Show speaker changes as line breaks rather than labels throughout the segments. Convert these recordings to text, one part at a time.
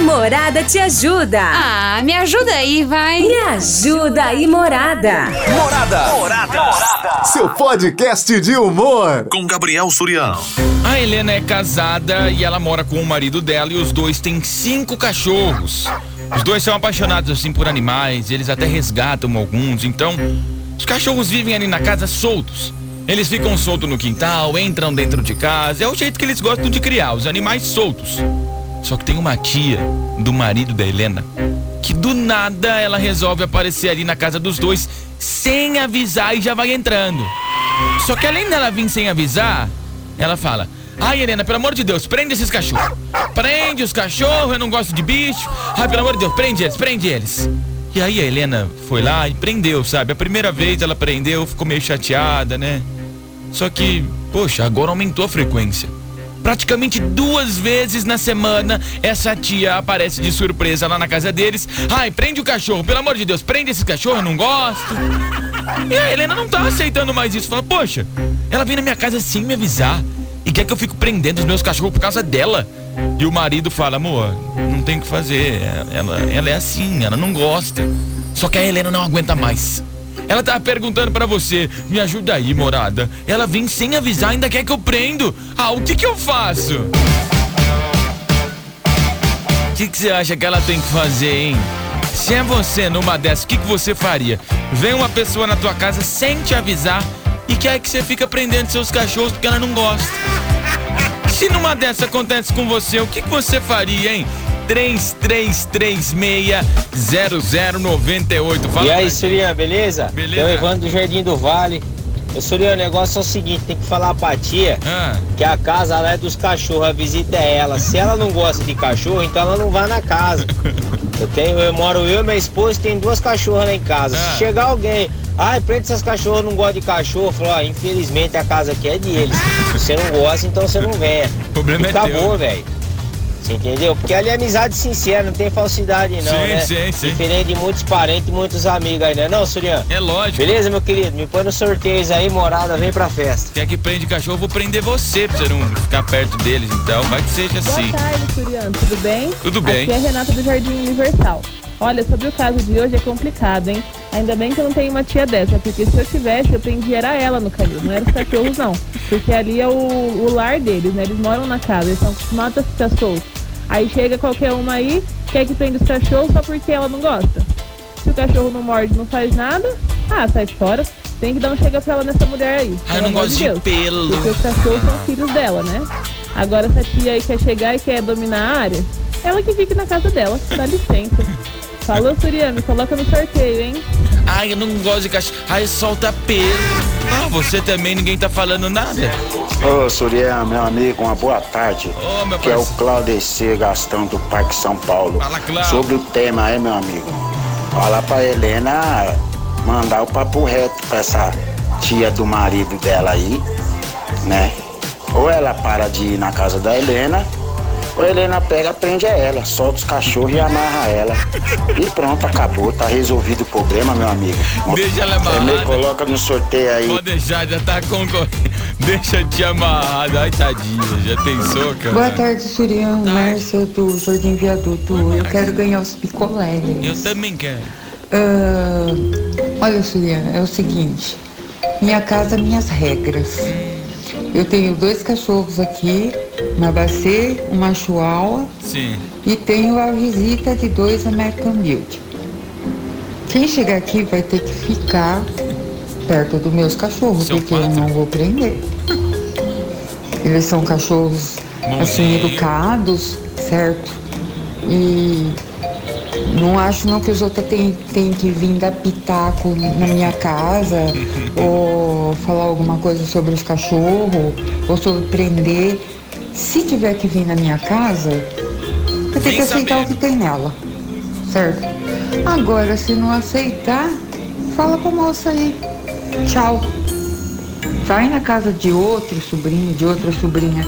Morada te ajuda.
Ah, me ajuda aí, vai.
Me ajuda aí, Morada.
Morada. Morada.
Seu podcast de humor.
Com Gabriel Suriano.
A Helena é casada e ela mora com o marido dela e os dois têm cinco cachorros. Os dois são apaixonados assim por animais, eles até resgatam alguns, então os cachorros vivem ali na casa soltos. Eles ficam soltos no quintal, entram dentro de casa, é o jeito que eles gostam de criar, os animais soltos. Só que tem uma tia do marido da Helena que do nada ela resolve aparecer ali na casa dos dois sem avisar e já vai entrando. Só que além dela vir sem avisar, ela fala: Ai, Helena, pelo amor de Deus, prende esses cachorros. Prende os cachorros, eu não gosto de bicho. Ai, pelo amor de Deus, prende eles, prende eles. E aí a Helena foi lá e prendeu, sabe? A primeira vez ela prendeu, ficou meio chateada, né? Só que, poxa, agora aumentou a frequência. Praticamente duas vezes na semana, essa tia aparece de surpresa lá na casa deles. Ai, prende o cachorro, pelo amor de Deus, prende esse cachorro, eu não gosto. E a Helena não tá aceitando mais isso. Fala, poxa, ela vem na minha casa sem me avisar. E quer que eu fico prendendo os meus cachorros por causa dela. E o marido fala, amor, não tem o que fazer. Ela, ela é assim, ela não gosta. Só que a Helena não aguenta mais. Ela tá perguntando pra você, me ajuda aí, morada. Ela vem sem avisar, ainda quer que eu prendo. Ah, o que que eu faço? O que que você acha que ela tem que fazer, hein? Se é você numa dessas, o que que você faria? Vem uma pessoa na tua casa sem te avisar e quer que você fica prendendo seus cachorros porque ela não gosta. Se numa dessa acontece com você, o que, que você faria, hein? 3336-0098. Fala
E
pra
aí,
gente.
Surya, beleza?
Beleza.
Eu Evandro do Jardim do Vale. Ô, Surya, o negócio é o seguinte, tem que falar pra tia
Ah,
que a casa lá é dos cachorros, a visita é ela. Se ela não gosta de cachorro, então ela não vai na casa. Eu tenho, eu moro eu e minha esposa, tem duas cachorras lá em casa.
Ah.
Se chegar alguém, ai, prende essas cachorras, não gosta de cachorro, eu falo, ó, infelizmente a casa aqui é deles. Se você não gosta, então você não venha.
O problema
E
é
Acabou,
teu.
velho. Você entendeu? Porque ali é amizade sincera, não tem falsidade não,
Sim,
né?
sim, sim.
Diferente de muitos parentes e muitos amigos aí, né? Não, Surian?
é lógico.
Beleza, meu querido? Me põe nos sorteios aí, morada, vem pra festa.
Quer é que prende cachorro, eu vou prender você pra você não ficar perto deles, então. Vai que seja
Boa
assim.
tarde, Suriano. Tudo bem?
Tudo bem.
Aqui é a Renata do Jardim Universal. Olha, sobre o caso de hoje é complicado, hein? Ainda bem que eu não tenho uma tia dessa, porque se eu tivesse, eu prendia era ela no canil, não era os cachorros, não. Porque ali é o, o lar deles, né? Eles moram na casa, eles são acostumados a ficar soltos. Aí chega qualquer uma aí, quer que prenda os cachorros só porque ela não gosta. Se o cachorro não morde, não faz nada, ah, sai fora. Tem que dar um chega pra ela nessa mulher aí.
Ah, eu
pelo
não
amor
gosto de
Deus.
pelo.
Porque os cachorros são filhos dela, né? Agora essa tia aí quer chegar e quer dominar a área, ela que fique na casa dela, dá licença. Falou, Suriano, coloca no sorteio, hein?
Ai, eu não gosto de cachorro. Ai, solta pelo. Ah, você também, ninguém tá falando nada.
Ô, Surian, meu amigo, uma boa tarde.
Ô, meu
que é o
parceiro.
Claudecir Gastão do Parque São Paulo.
Fala, Cláudio.
Sobre o tema aí, meu amigo. Fala pra Helena mandar o papo reto pra essa tia do marido dela aí, né? Ou ela para de ir na casa da Helena, ou a Helena pega, prende ela, solta os cachorros e amarra ela. E pronto, acabou, tá resolvido o problema, meu amigo.
Deixa ela
É, me
amarrada.
coloca no sorteio aí.
Pode deixar, já tá concorrendo. Deixa eu te amarrada. Ai, tadinha, já pensou, cara?
Boa tarde, Suriano, Márcia do Jardim Viaduto. Eu quero ganhar os picolés.
Eu também quero.
Ah, olha, Suriano, é o seguinte: minha casa, minhas regras. Eu tenho dois cachorros aqui, uma bacê, uma chihuahua
Sim.
e tenho a visita de dois American Beauty. Quem chegar aqui vai ter que ficar perto dos meus cachorros,
São
porque eu
quatro.
não vou prender. Eles são cachorros assim
Bonzinho.
educados, certo? E não acho não que os outros têm, têm que vir dar pitaco na minha casa ou falar alguma coisa sobre os cachorros ou sobre prender. Se tiver que vir na minha casa, eu tenho
Vem
que aceitar
sabendo.
o que tem nela, certo? Agora, se não aceitar, fala com a moça aí. Tchau. Vai na casa de outro sobrinho, de outra sobrinha.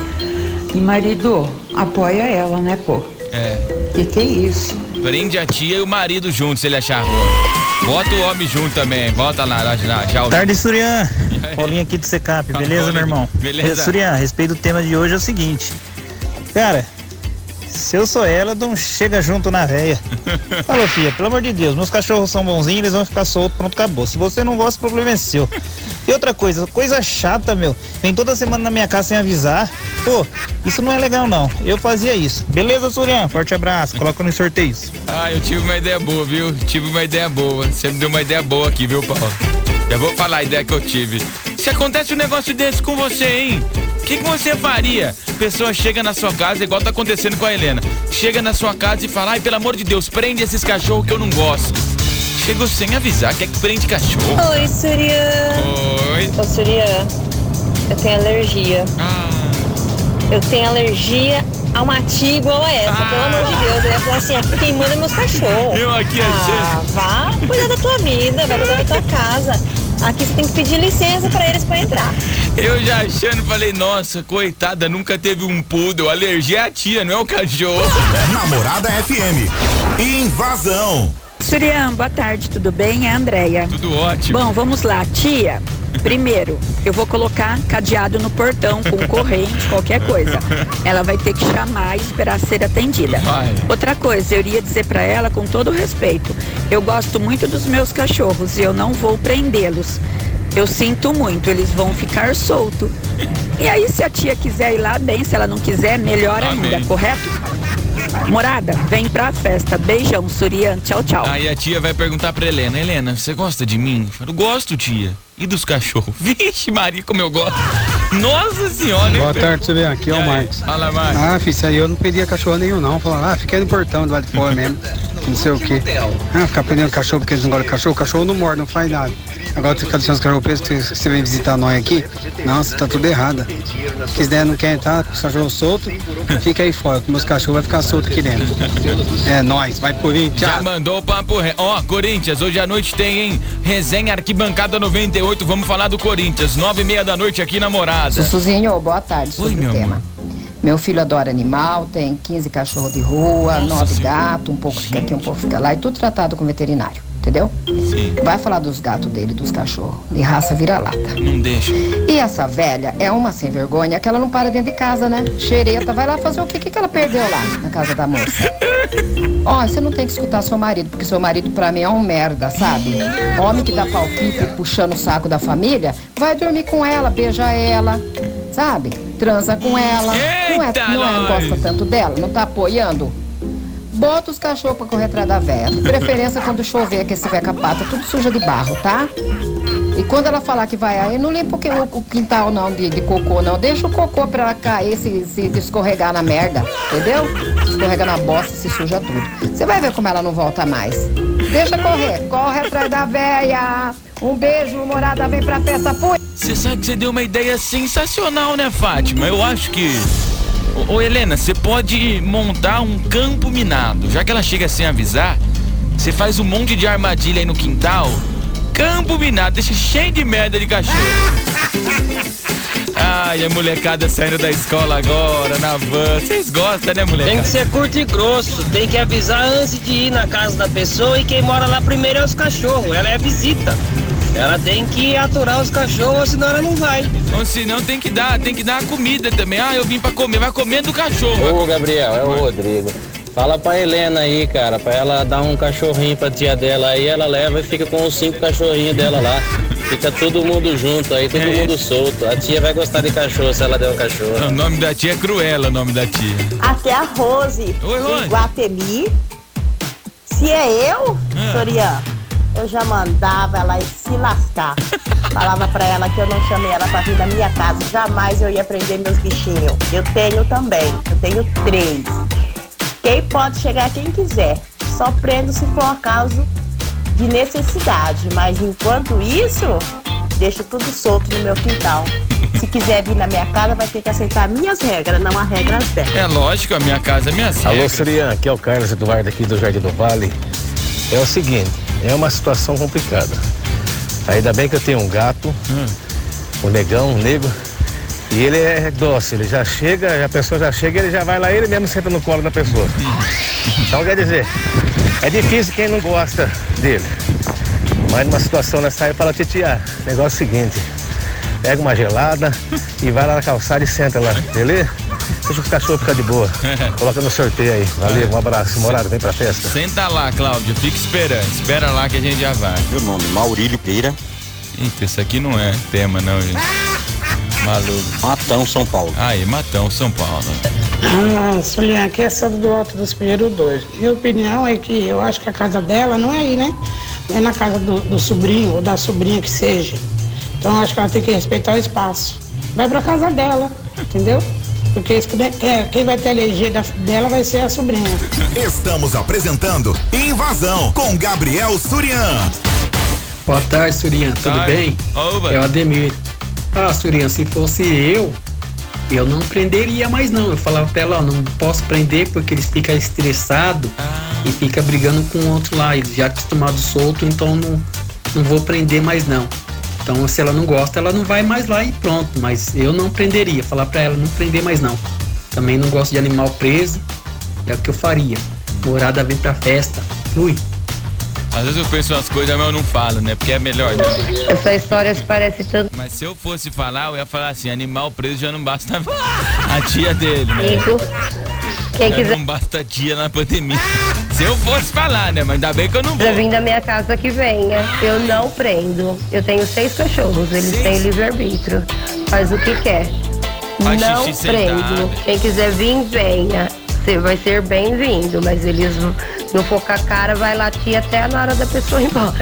E marido, apoia ela, né, pô?
É.
Que que é isso?
Prende a tia e o marido junto, se ele achar ruim. Bota o homem junto também. Bota lá, lá, lá já o
Tarde, Surian. Paulinho aqui do Secap,
Fala,
beleza, meu
Paulinho.
irmão?
Beleza.
Surian, a respeito do tema de hoje é o seguinte. Cara, Se eu sou ela, eu dou um chega junto na véia. Falou, filha, pelo amor de Deus, meus cachorros são bonzinhos, eles vão ficar soltos, pronto, acabou. Se você não gosta, o problema é seu. E outra coisa, coisa chata, meu. Vem toda semana na minha casa sem avisar. Pô, isso não é legal, não. Eu fazia isso. Beleza, Surian? Forte abraço. Coloca nos sorteios.
Ah, eu tive uma ideia boa, viu? Tive uma ideia boa. Você me deu uma ideia boa aqui, viu, Paulo? Eu vou falar a ideia que eu tive. Se acontece um negócio desse com você, hein? O que, que você faria? A pessoa chega na sua casa, igual tá acontecendo com a Helena. Chega na sua casa e fala, ai, pelo amor de Deus, prende esses cachorros que eu não gosto. Chegou sem avisar, quer que prende cachorro?
Oi, Surya.
Oi.
Ô, Surya, eu tenho alergia.
Ah.
Eu tenho alergia a um uma tia igual a essa,
Ah.
pelo amor de Deus. Eu ia falar assim, ah, quem manda é meus cachorros.
Eu aqui
Ah,
achando.
vá cuidar da tua vida, vai cuidar da tua casa. Aqui você tem que pedir licença pra eles pra entrar.
Eu já achando, falei, nossa, coitada, nunca teve um poodle. Alergia é a tia, não é o cachorro.
Namorada FM. Invasão.
Surian, boa tarde, tudo bem? É a Andréia.
Tudo ótimo.
Bom, vamos lá. Tia, primeiro, eu vou colocar cadeado no portão com corrente, qualquer coisa. Ela vai ter que chamar e esperar ser atendida.
Vai.
Outra coisa, eu iria dizer pra ela com todo respeito, eu gosto muito dos meus cachorros e eu não vou prendê-los. Eu sinto muito, eles vão ficar solto. E aí se a tia quiser ir lá, bem, se ela não quiser, melhor ainda,
Amém.
correto? Morada, vem pra festa. Beijão, Surian. Tchau, tchau.
Aí a tia vai perguntar pra Helena, Helena, você gosta de mim? Eu falo, gosto, tia. E dos cachorros? Vixe, Maria, como eu gosto. Nossa senhora, hein?
Boa tarde, tudo bem? Aqui é
E
o
aí?
Marcos.
Fala, Marcos.
Ah, filho, isso aí eu não pedia cachorro nenhum, não. Falava, ah, fiquei no portão do lado de fora mesmo. Não sei o quê. Ah, ficar prendendo cachorro porque eles não gostam de cachorro. O cachorro não morde, não faz nada. Agora você fica deixando os cachorros presos que você vem visitar nós aqui. Nossa, tá tudo errado. Se quiser, não quer entrar, com os cachorros soltos, fica aí fora, que meus cachorros vão ficar soltos aqui dentro. É nóis, vai Corinthians.
Já mandou o papo ré. Ó, Corinthians, hoje à noite tem, hein? Resenha Arquibancada 98. Vamos falar do Corinthians. Nove e meia da noite aqui na morada.
Sussuzinho, boa tarde. Sobre
Oi, meu
o tema.
amor.
Meu filho adora animal, tem 15 cachorros de rua,
Nossa
9
Senhora.
gatos, um pouco fica aqui, um pouco fica lá, e tudo tratado com veterinário, entendeu?
Sim.
Vai falar dos gatos dele, dos cachorros, de raça vira-lata.
Não deixa.
E essa velha é uma sem vergonha que ela não para dentro de casa, né? Xereta, vai lá fazer o quê? O que, que ela perdeu lá na casa da moça? Ó, você não tem que escutar seu marido, porque seu marido pra mim é um merda, sabe? Homem que dá palpite puxando o saco da família, vai dormir com ela, beija ela, sabe? Transa com ela. Não é,
Eita,
não é, não
nós!
gosta tanto dela, não tá apoiando. Bota os cachorros pra correr atrás da véia. De preferência quando chover, que esse véia capata, tudo suja de barro, tá? E quando ela falar que vai aí, não limpa o qui- o, o quintal não de, de cocô, não. Deixa o cocô pra ela cair, se, se escorregar na merda, entendeu? Se escorrega na bosta, se suja tudo. Você vai ver como ela não volta mais. Deixa correr, corre atrás da véia. Um beijo, morada, vem pra
Tá,
festa, fui!
Você sabe que você deu uma ideia sensacional, né, Fátima? Eu acho que. Ô, ô, Helena, você pode montar um campo minado. Já que ela chega sem avisar, você faz um monte de armadilha aí no quintal. Campo minado, deixa cheio de merda de cachorro. Ai, a molecada saindo da escola agora, na van. Vocês gostam, né,
Tem que
molecada?
ser curto e grosso, tem que avisar antes de ir na casa da pessoa e quem mora lá primeiro é os cachorros, ela é visita. Ela tem que aturar os cachorros, senão ela não vai.
Ou senão tem que dar, tem que dar a comida também. Ah, eu vim pra comer, vai comendo o cachorro.
Ô, Gabriel, é o Rodrigo. Fala pra Helena aí, cara, pra ela dar um cachorrinho pra tia dela aí, ela leva e fica com os cinco cachorrinhos dela lá. Fica todo mundo junto aí, todo mundo solto. A tia vai gostar de cachorro se ela der um cachorro.
O nome da tia é Cruella, o nome da tia.
Aqui é a Rose,
Oi, Rose.
do Guatemi. Se é eu,
Ah.
Sorian, eu já mandava ela ir se lascar. Falava pra ela que eu não chamei ela pra vir na minha casa. Jamais eu ia prender meus bichinhos. Eu tenho também, eu tenho três. Quem pode chegar é quem quiser. Só prendo se for um caso de necessidade. Mas enquanto isso, deixo tudo solto no meu quintal. Se quiser vir na minha casa, vai ter que aceitar minhas regras, não as regras dela.
É lógico, a minha casa é minha
Alô,
regra.
Surian, aqui é o Carlos Eduardo aqui do Jardim do Vale. É o seguinte, é uma situação complicada. Ainda bem que eu tenho um gato, um negão, um negro, e ele é dócil, ele já chega, a pessoa já chega, ele já vai lá, ele mesmo senta no colo da pessoa. Então quer dizer, é difícil quem não gosta dele. Mas numa situação nessa aí, fala, titia, negócio é o seguinte, pega uma gelada e vai lá na calçada e senta lá, beleza? Deixa os cachorros ficar de boa. Coloca no sorteio aí. Valeu, um abraço. Morada, vem pra festa.
Senta lá, Cláudio. Fica esperando. Espera lá que a gente já vai.
Meu nome, Maurílio Pereira.
Eita, isso aqui não é tema, não, gente. Maluco.
Matão, São Paulo.
Aí, Matão, São Paulo.
Ah, Sulinha, aqui é Sandro do Alto dos Pinheiros 2. Minha opinião é que eu acho que a casa dela não é aí, né? É na casa do, do sobrinho ou da sobrinha que seja. Então eu acho que ela tem que respeitar o espaço. Vai pra casa dela, entendeu? Porque isso que de- é, quem vai ter a eleger da- dela vai ser a sobrinha.
Estamos apresentando Invasão com Gabriel Surian.
Boa tarde, Surian. Tudo
Tarde.
bem? É o Ademir. Ah, Surian, se fosse eu, eu não prenderia mais não. Eu falava pra ela, ó, não posso prender porque eles ficam estressados e fica brigando com o outro lá. Eles já acostumados solto, então não, não vou prender mais não. Então se ela não gosta, ela não vai mais lá e pronto. Mas eu não prenderia. Falar pra ela, não prender mais não. Também não gosto de animal preso. É o que eu faria. Morada vem pra festa. Fui.
Às vezes eu penso umas coisas, mas eu não falo, né? Porque é melhor. né?
Essa história se parece tanto
Mas se eu fosse falar, eu ia falar assim: animal preso já não basta a tia dele, né?
comigo. Quem
Já
quiser
Não basta a tia na pandemia. Se eu fosse falar, né? Mas ainda bem que eu não vou.
vir da minha casa que venha. Eu não prendo. Eu tenho seis cachorros, eles têm livre-arbítrio. Faz o que quer.
Faz
não
xixi
prendo.
sentado.
Quem quiser vir, venha. Você vai ser bem-vindo, mas eles vão- não for com a cara, vai latir até na hora da pessoa ir embora.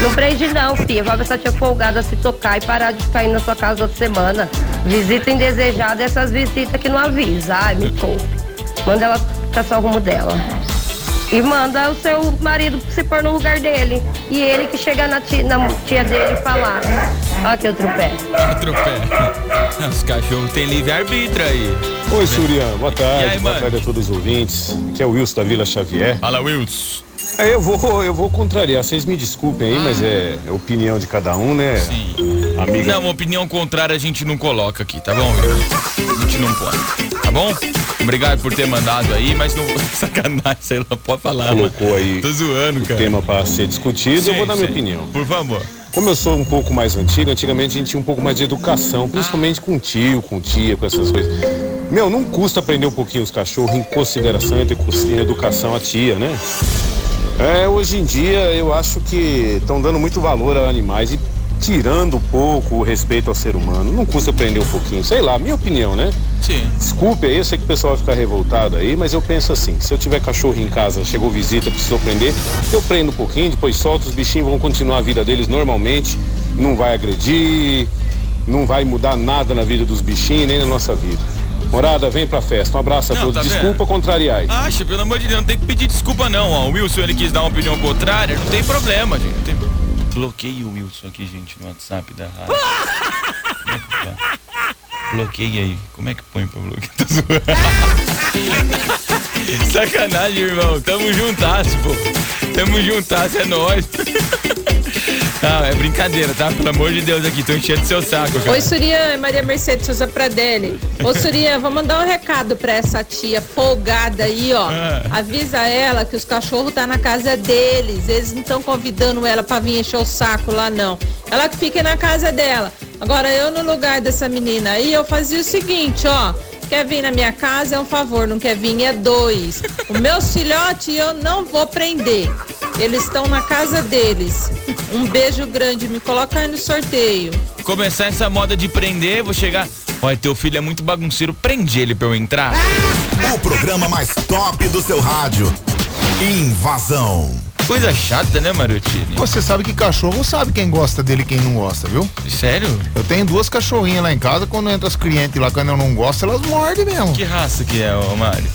não prende não, filha. Vai essa tia folgada se tocar e parar de ficar indo na sua casa toda semana. Visita indesejada, essas visitas que não avisa. Ai, me poupe. Manda ela caçar o rumo dela. E manda o seu marido se pôr no lugar dele. E ele que chega na ti- na tia, dele e falar. Ó que outro pé.
Atropela. Os cachorros têm livre-arbítrio aí.
Oi, Surian. Boa tarde.
E aí,
Boa
mano?
tarde a todos os ouvintes. Aqui é o Wilson da Vila Xavier.
Fala, Wilson. Ah.
É, eu vou, eu vou contrariar. Vocês me desculpem aí, mas é, é opinião de cada um, né?
Sim.
Amiga.
Não, uma opinião contrária a gente não coloca aqui, tá bom? Wilson? A gente não pode, tá bom? Obrigado por ter mandado aí, mas não. Sacanagem, sei lá, pode falar.
Colocou aí
Tô zoando,
o
cara.
tema para ser discutido. eu
Sim,
vou dar minha
sim.
opinião.
Por favor.
Como eu sou um pouco mais antigo, antigamente a gente tinha um pouco mais de educação, principalmente com tio, com tia, com essas coisas. Meu, não custa aprender um pouquinho os cachorros em consideração e educa- em educação à tia, né? É, hoje em dia eu acho que estão dando muito valor a animais e tirando um pouco o respeito ao ser humano. Não custa aprender um pouquinho, sei lá, minha opinião, né?
Sim.
Desculpe aí, eu sei que o pessoal vai ficar revoltado aí, mas eu penso assim, se eu tiver cachorro em casa, chegou visita, precisou prender, eu prendo um pouquinho, depois solto, os bichinhos vão continuar a vida deles normalmente, não vai agredir, não vai mudar nada na vida dos bichinhos, nem na nossa vida. Morada, vem pra festa. Um abraço a
Não,
todos.
tá vendo? Ah,
Desculpa contrariar aí.
Acha, pelo amor de Deus, não tem que pedir desculpa não. Ó, o Wilson ele quis dar uma opinião contrária, não tem problema, gente. Não tem... Bloqueei o Wilson aqui, gente, no WhatsApp da rádio. Como é que faz? Bloqueei aí. Como é que põe pra bloquear? Tô zoando. Sacanagem, irmão. Tamo juntas, pô. Tamo juntas, é nóis. Não, é brincadeira, tá? Pelo amor de Deus aqui, tô enchendo seu saco, cara.
Oi, Surian, é Maria Mercedes Souza Pradelli. Ô, Surian, vou mandar um recado pra essa tia folgada aí, ó.
Ah.
Avisa ela que os cachorros tá na casa deles. Eles não estão convidando ela pra vir encher o saco lá, não. Ela que fica na casa dela. Agora, eu no lugar dessa menina aí, eu fazia o seguinte, ó. Quer vir na minha casa é um favor, não quer vir é dois. O meu filhote eu não vou prender. Eles estão na casa deles. Um beijo grande, me coloca aí no sorteio.
Começar essa moda de prender, vou chegar. Olha, teu filho é muito bagunceiro, prende ele pra eu entrar.
O programa mais top do seu rádio. Invasão.
Coisa chata, né, Marutini?
Você sabe que cachorro sabe quem gosta dele e quem não gosta, viu?
Sério?
Eu tenho duas cachorrinhas lá em casa, quando entra as clientes lá, quando eu não gosto, elas mordem mesmo.
Que raça que é, ô Mário?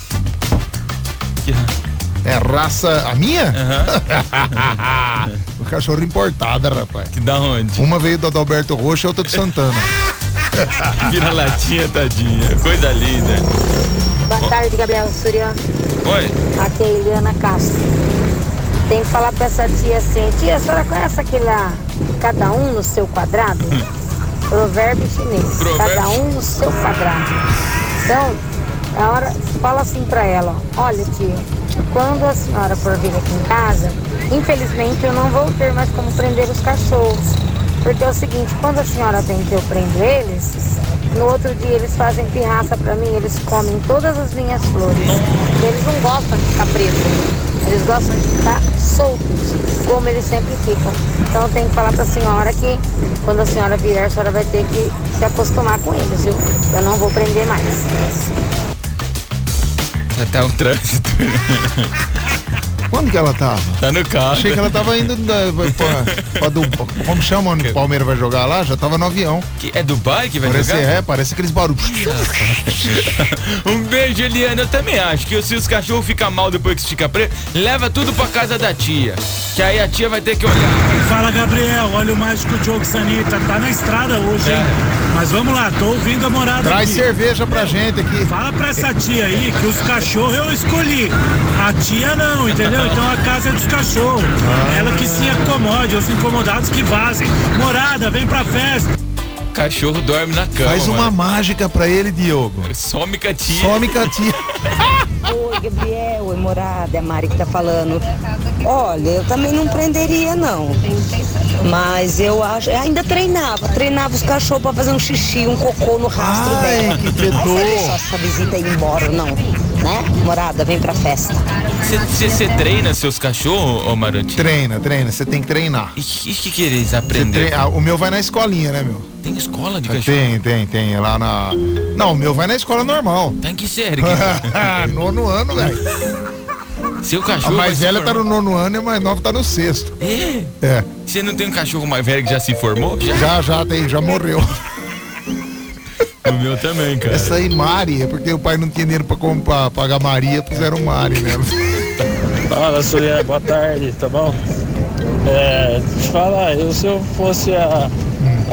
É raça. A minha? o cachorro importada, rapaz.
Que da onde?
Uma veio do Adalberto Roxo e outra do Santana.
Vira latinha, tadinha. Coisa linda.
Boa tarde, Gabriel Surian.
Oi.
Aqui é a Eliana Castro. Tem que falar pra essa tia assim, tia, a senhora conhece aquele ah, cada um no seu quadrado? Provérbio chinês. Cada um no seu quadrado. Então, a hora, fala assim pra ela, ó, olha tia, quando a senhora for vir aqui em casa, infelizmente eu não vou ter mais como prender os cachorros. Porque é o seguinte, quando a senhora tem que eu prendo eles, No outro dia eles fazem pirraça pra mim, eles comem todas as minhas flores. Eles não gostam de ficar presos, eles gostam de ficar soltos, como eles sempre ficam. Então eu tenho que falar pra senhora que quando a senhora vier, a senhora vai ter que se acostumar com eles, viu? Eu não vou prender mais.
Já tá o trânsito.
Quando que ela tava?
Tá no carro.
Achei que ela tava indo da, pra, pra Dub- Como chama onde o Palmeiras vai jogar lá? Já tava no avião.
Que é Dubai que vai
parece,
jogar?
É, parece aqueles barulhos.
Um beijo, Eliana. Eu também acho que se os cachorros ficam mal depois que fica preso, leva tudo pra casa da tia. Que aí a tia vai ter que olhar.
Fala Gabriel, olha o mágico Diogo Sanita, tá na estrada hoje, hein? Mas vamos lá, tô ouvindo a morada
É. Traz
aqui.
cerveja pra gente aqui.
Fala pra essa tia aí que os cachorros eu escolhi. A tia não, entendeu? Então a casa é dos cachorros.
Ah.
Ela que se acomode, os incomodados que vazem. Morada, vem pra festa.
Cachorro dorme na cama.
Faz uma mágica pra ele, Diogo.
Some com a tia.
Some com a tia.
Oi, Gabriel, oi, morada, é a Mari que tá falando. Olha, eu também não prenderia, não. Mas eu acho. eu ainda treinava, treinava os cachorros pra fazer um xixi, um cocô no rastro é dela.
Que
Aí você deixou essa visita ir embora, não. Né? Morada, vem pra festa.
Você treina seus cachorros, ô Marotinho?
Treina, treina. Você tem que treinar.
E o que, que, que eles
Você
aprendem?
treina- ah, o meu vai na escolinha, né, meu?
Tem escola de
Ah,
cachorro?
Tem, tem, tem. É Lá na. Não, o meu vai na escola normal.
Tem Tá que ser.
nono ano, velho.
Seu
A
cachorro. vai
mais
se
velha tá no
formar.
nono ano e a mais nova tá no sexto.
É?
É.
Você não tem um cachorro mais velho que já se formou?
Já, já tem, já morreu.
O meu também, cara.
Essa aí, Mari, é porque o pai não tinha dinheiro pra, comprar, pagar Maria, puseram Mari, né?
Fala, Surian, boa tarde, tá bom? É, deixa eu te falar, eu se eu fosse a,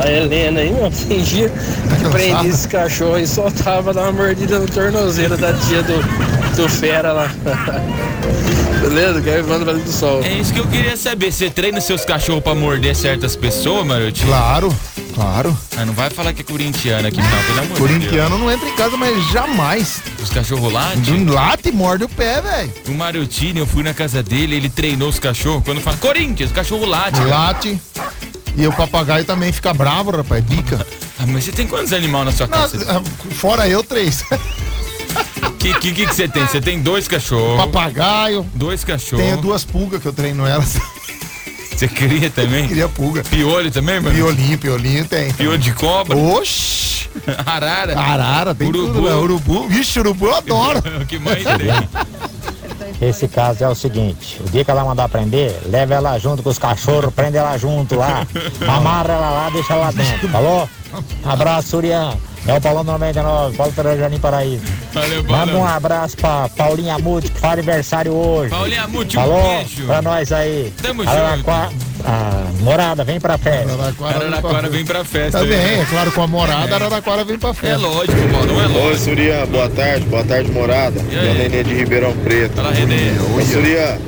a Helena aí, eu fingia que prendi esse cachorro e soltava, dava uma mordida no tornozelo da tia do, do fera lá. Beleza? Que é o Evandro Vale do Sol.
É isso que eu queria saber. Você treina seus cachorros pra morder certas pessoas, Marotinho?
Claro, claro.
Ah, não vai falar que é corintiano aqui, não, pelo amor de Deus.
Corintiano não entra em casa, mas jamais.
Os cachorros latem?
Um late e morde o pé, velho.
O Marotini, eu fui na casa dele, ele treinou os cachorros. Quando fala Corinthians, o cachorro late.
Late. E o papagaio também fica bravo, rapaz, bica.
Ah, mas você tem quantos animais na sua casa?
Ah, Fora eu, três.
O que, que, que que você tem? Você tem dois cachorros.
Papagaio.
Dois cachorros.
Tenho duas pulgas que eu treino elas.
Você cria também?
Cria pulga.
Piolho também, mano?
Piolinho, piolinho tem.
Piolho de cobra?
Oxi!
Arara.
Arara, tem
Urubu. É
tudo, né? Urubu. Vixe, urubu eu adoro.
O que mais tem?
Esse caso é o seguinte, o dia que ela mandar prender, leva ela junto com os cachorros, prende ela junto lá, amarra ela lá, deixa ela dentro, falou? Abraço, Surian. É o Paulão 99, Paulo Pereira Jardim Paraíso.
Valeu,
Manda
Paulão.
um abraço pra Paulinha Muti, que faz aniversário hoje.
Paulinha Muti, um
falou?
beijo.
Pra nós aí.
Tamo
Araraquara- Ah, morada, vem pra festa.
Araraquara vem pra festa.
Tá
né?
bem,
É claro, com a morada,
É.
Araraquara vem pra
É
festa.
lógico, mano, não é lógico.
Oi, Surya, boa tarde, boa tarde, morada. Meu Nenê de Ribeirão Preto.
Fala, Renê.
Ô, Surya,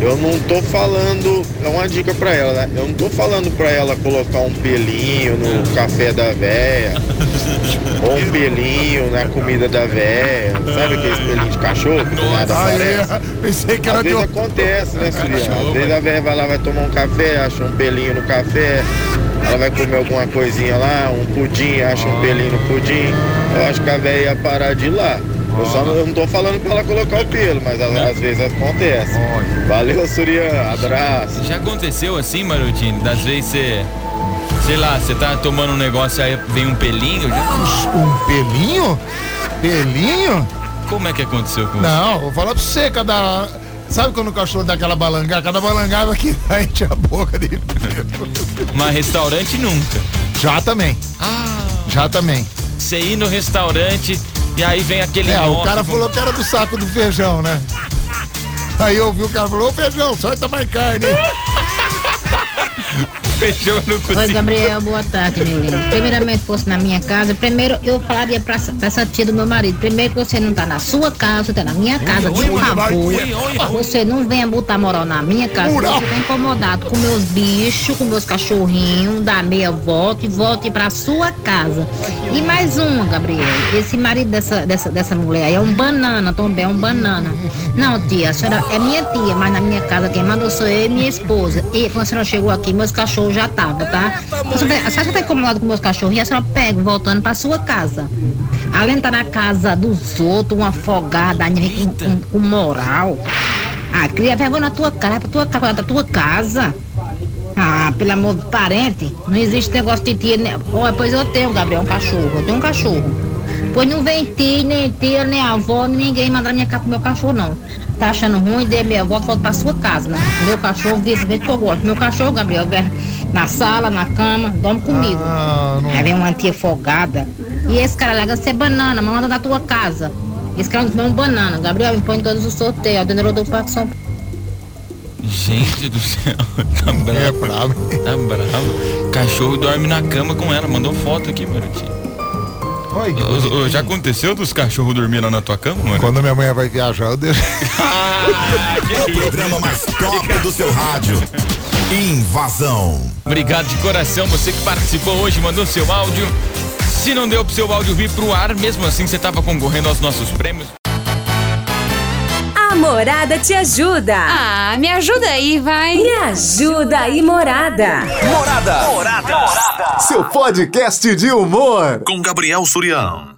eu não tô falando, é uma dica pra ela, né? Eu não tô falando pra ela colocar um pelinho
É.
no café da véia, ou um pelinho na comida da véia, sabe aqueles pelinhos de cachorro que do nada
Ah, é.
aparece?
Pensei que era
Às
de
vezes
outro.
acontece, né, Surya? Às vezes a velha vai lá, vai tomar um café, acha um pelinho no café, ela vai comer alguma coisinha lá, um pudim, acha
Ah.
um pelinho no pudim. Eu acho que a velha ia parar de ir lá. Eu só não, eu não tô falando pra ela colocar o pelo, mas às, às vezes acontece. Valeu, Surya. Abraço.
Já aconteceu assim, Marotini? Das vezes você. Sei lá, você tá tomando um negócio aí vem um pelinho? Já...
Um pelinho? Pelinho?
Como é que aconteceu com
Não, vou falar pra você, cada. Sabe quando o cachorro dá aquela balangada? Cada balangada que dá, enche a boca dele.
isso? Mas restaurante nunca. Ah,
Já também. Já também.
Você ir no restaurante e aí vem aquele.
É, o
nó
cara
que-
falou que era do saco do feijão, né? Aí eu ouvi o cara falou, ô feijão, solta mais carne.
Feijão no
Oi,
é
assim.
Gabriel, boa tarde, meu lindo. Primeiramente, fosse na minha casa, primeiro eu falaria pra, essa- pra essa tia do meu marido. Primeiro que você não tá na sua casa, você tá na minha casa,
oi,
por
oi,
favor.
oi, oi, oi.
Você não venha botar moral na minha casa, porque
Moral.
você tá incomodado com meus bichos, com meus cachorrinhos, dá meia volta e volte pra sua casa. E mais uma, Gabriel. Esse marido dessa, dessa, dessa mulher aí é um banana, também é um banana. Não, tia, a senhora é minha tia, mas na minha casa quem manda sou eu e minha esposa. E quando a senhora chegou aqui, meus cachorros cachorro já tava, tá? Se a senhora já tá incomodado com meus cachorrinhos, a senhora pega voltando pra sua casa. Além de estar na casa dos outros, uma afogada, com, com, com moral. Ah, cria vergonha na tua cara, pra tua, pra tua casa. Ah, pelo amor de parente, não existe negócio de tia. Né? Oh, pois eu tenho, Gabriel, um cachorro. Eu tenho um cachorro. Pois não vem tia, nem tia, nem avó, ninguém mandar minha casa pro meu cachorro, não. Tá achando ruim, dê minha avó, volta pra sua casa, né? Meu cachorro vive do jeito que eu gosto. Meu cachorro, Gabriel, vem na sala, na cama, dorme comigo. Aí vem uma tia folgada. E esse cara larga ser banana, manda da tua casa. Esse cara não é um banana. Gabriel, me põe todos os sorteios. O dinheiro do Parque São
Gente do céu, tá bravo. Tá bravo. Cachorro dorme na cama com ela. Mandou foto aqui, Maruti.
Oi, que
Ô, ô, Já aconteceu dos cachorros dormir lá na tua cama, mano?
Quando minha mãe vai viajar, eu deixo.
O programa mais top do seu rádio. Invasão.
Obrigado de coração, você que participou hoje, mandou seu áudio. Se não deu pro seu áudio vir pro ar, mesmo assim você tava concorrendo aos nossos prêmios.
A Morada te ajuda. Ah, me ajuda aí, vai. Me ajuda aí, Morada.
Morada. Morada. Seu podcast de humor.
Com Gabriel Surião.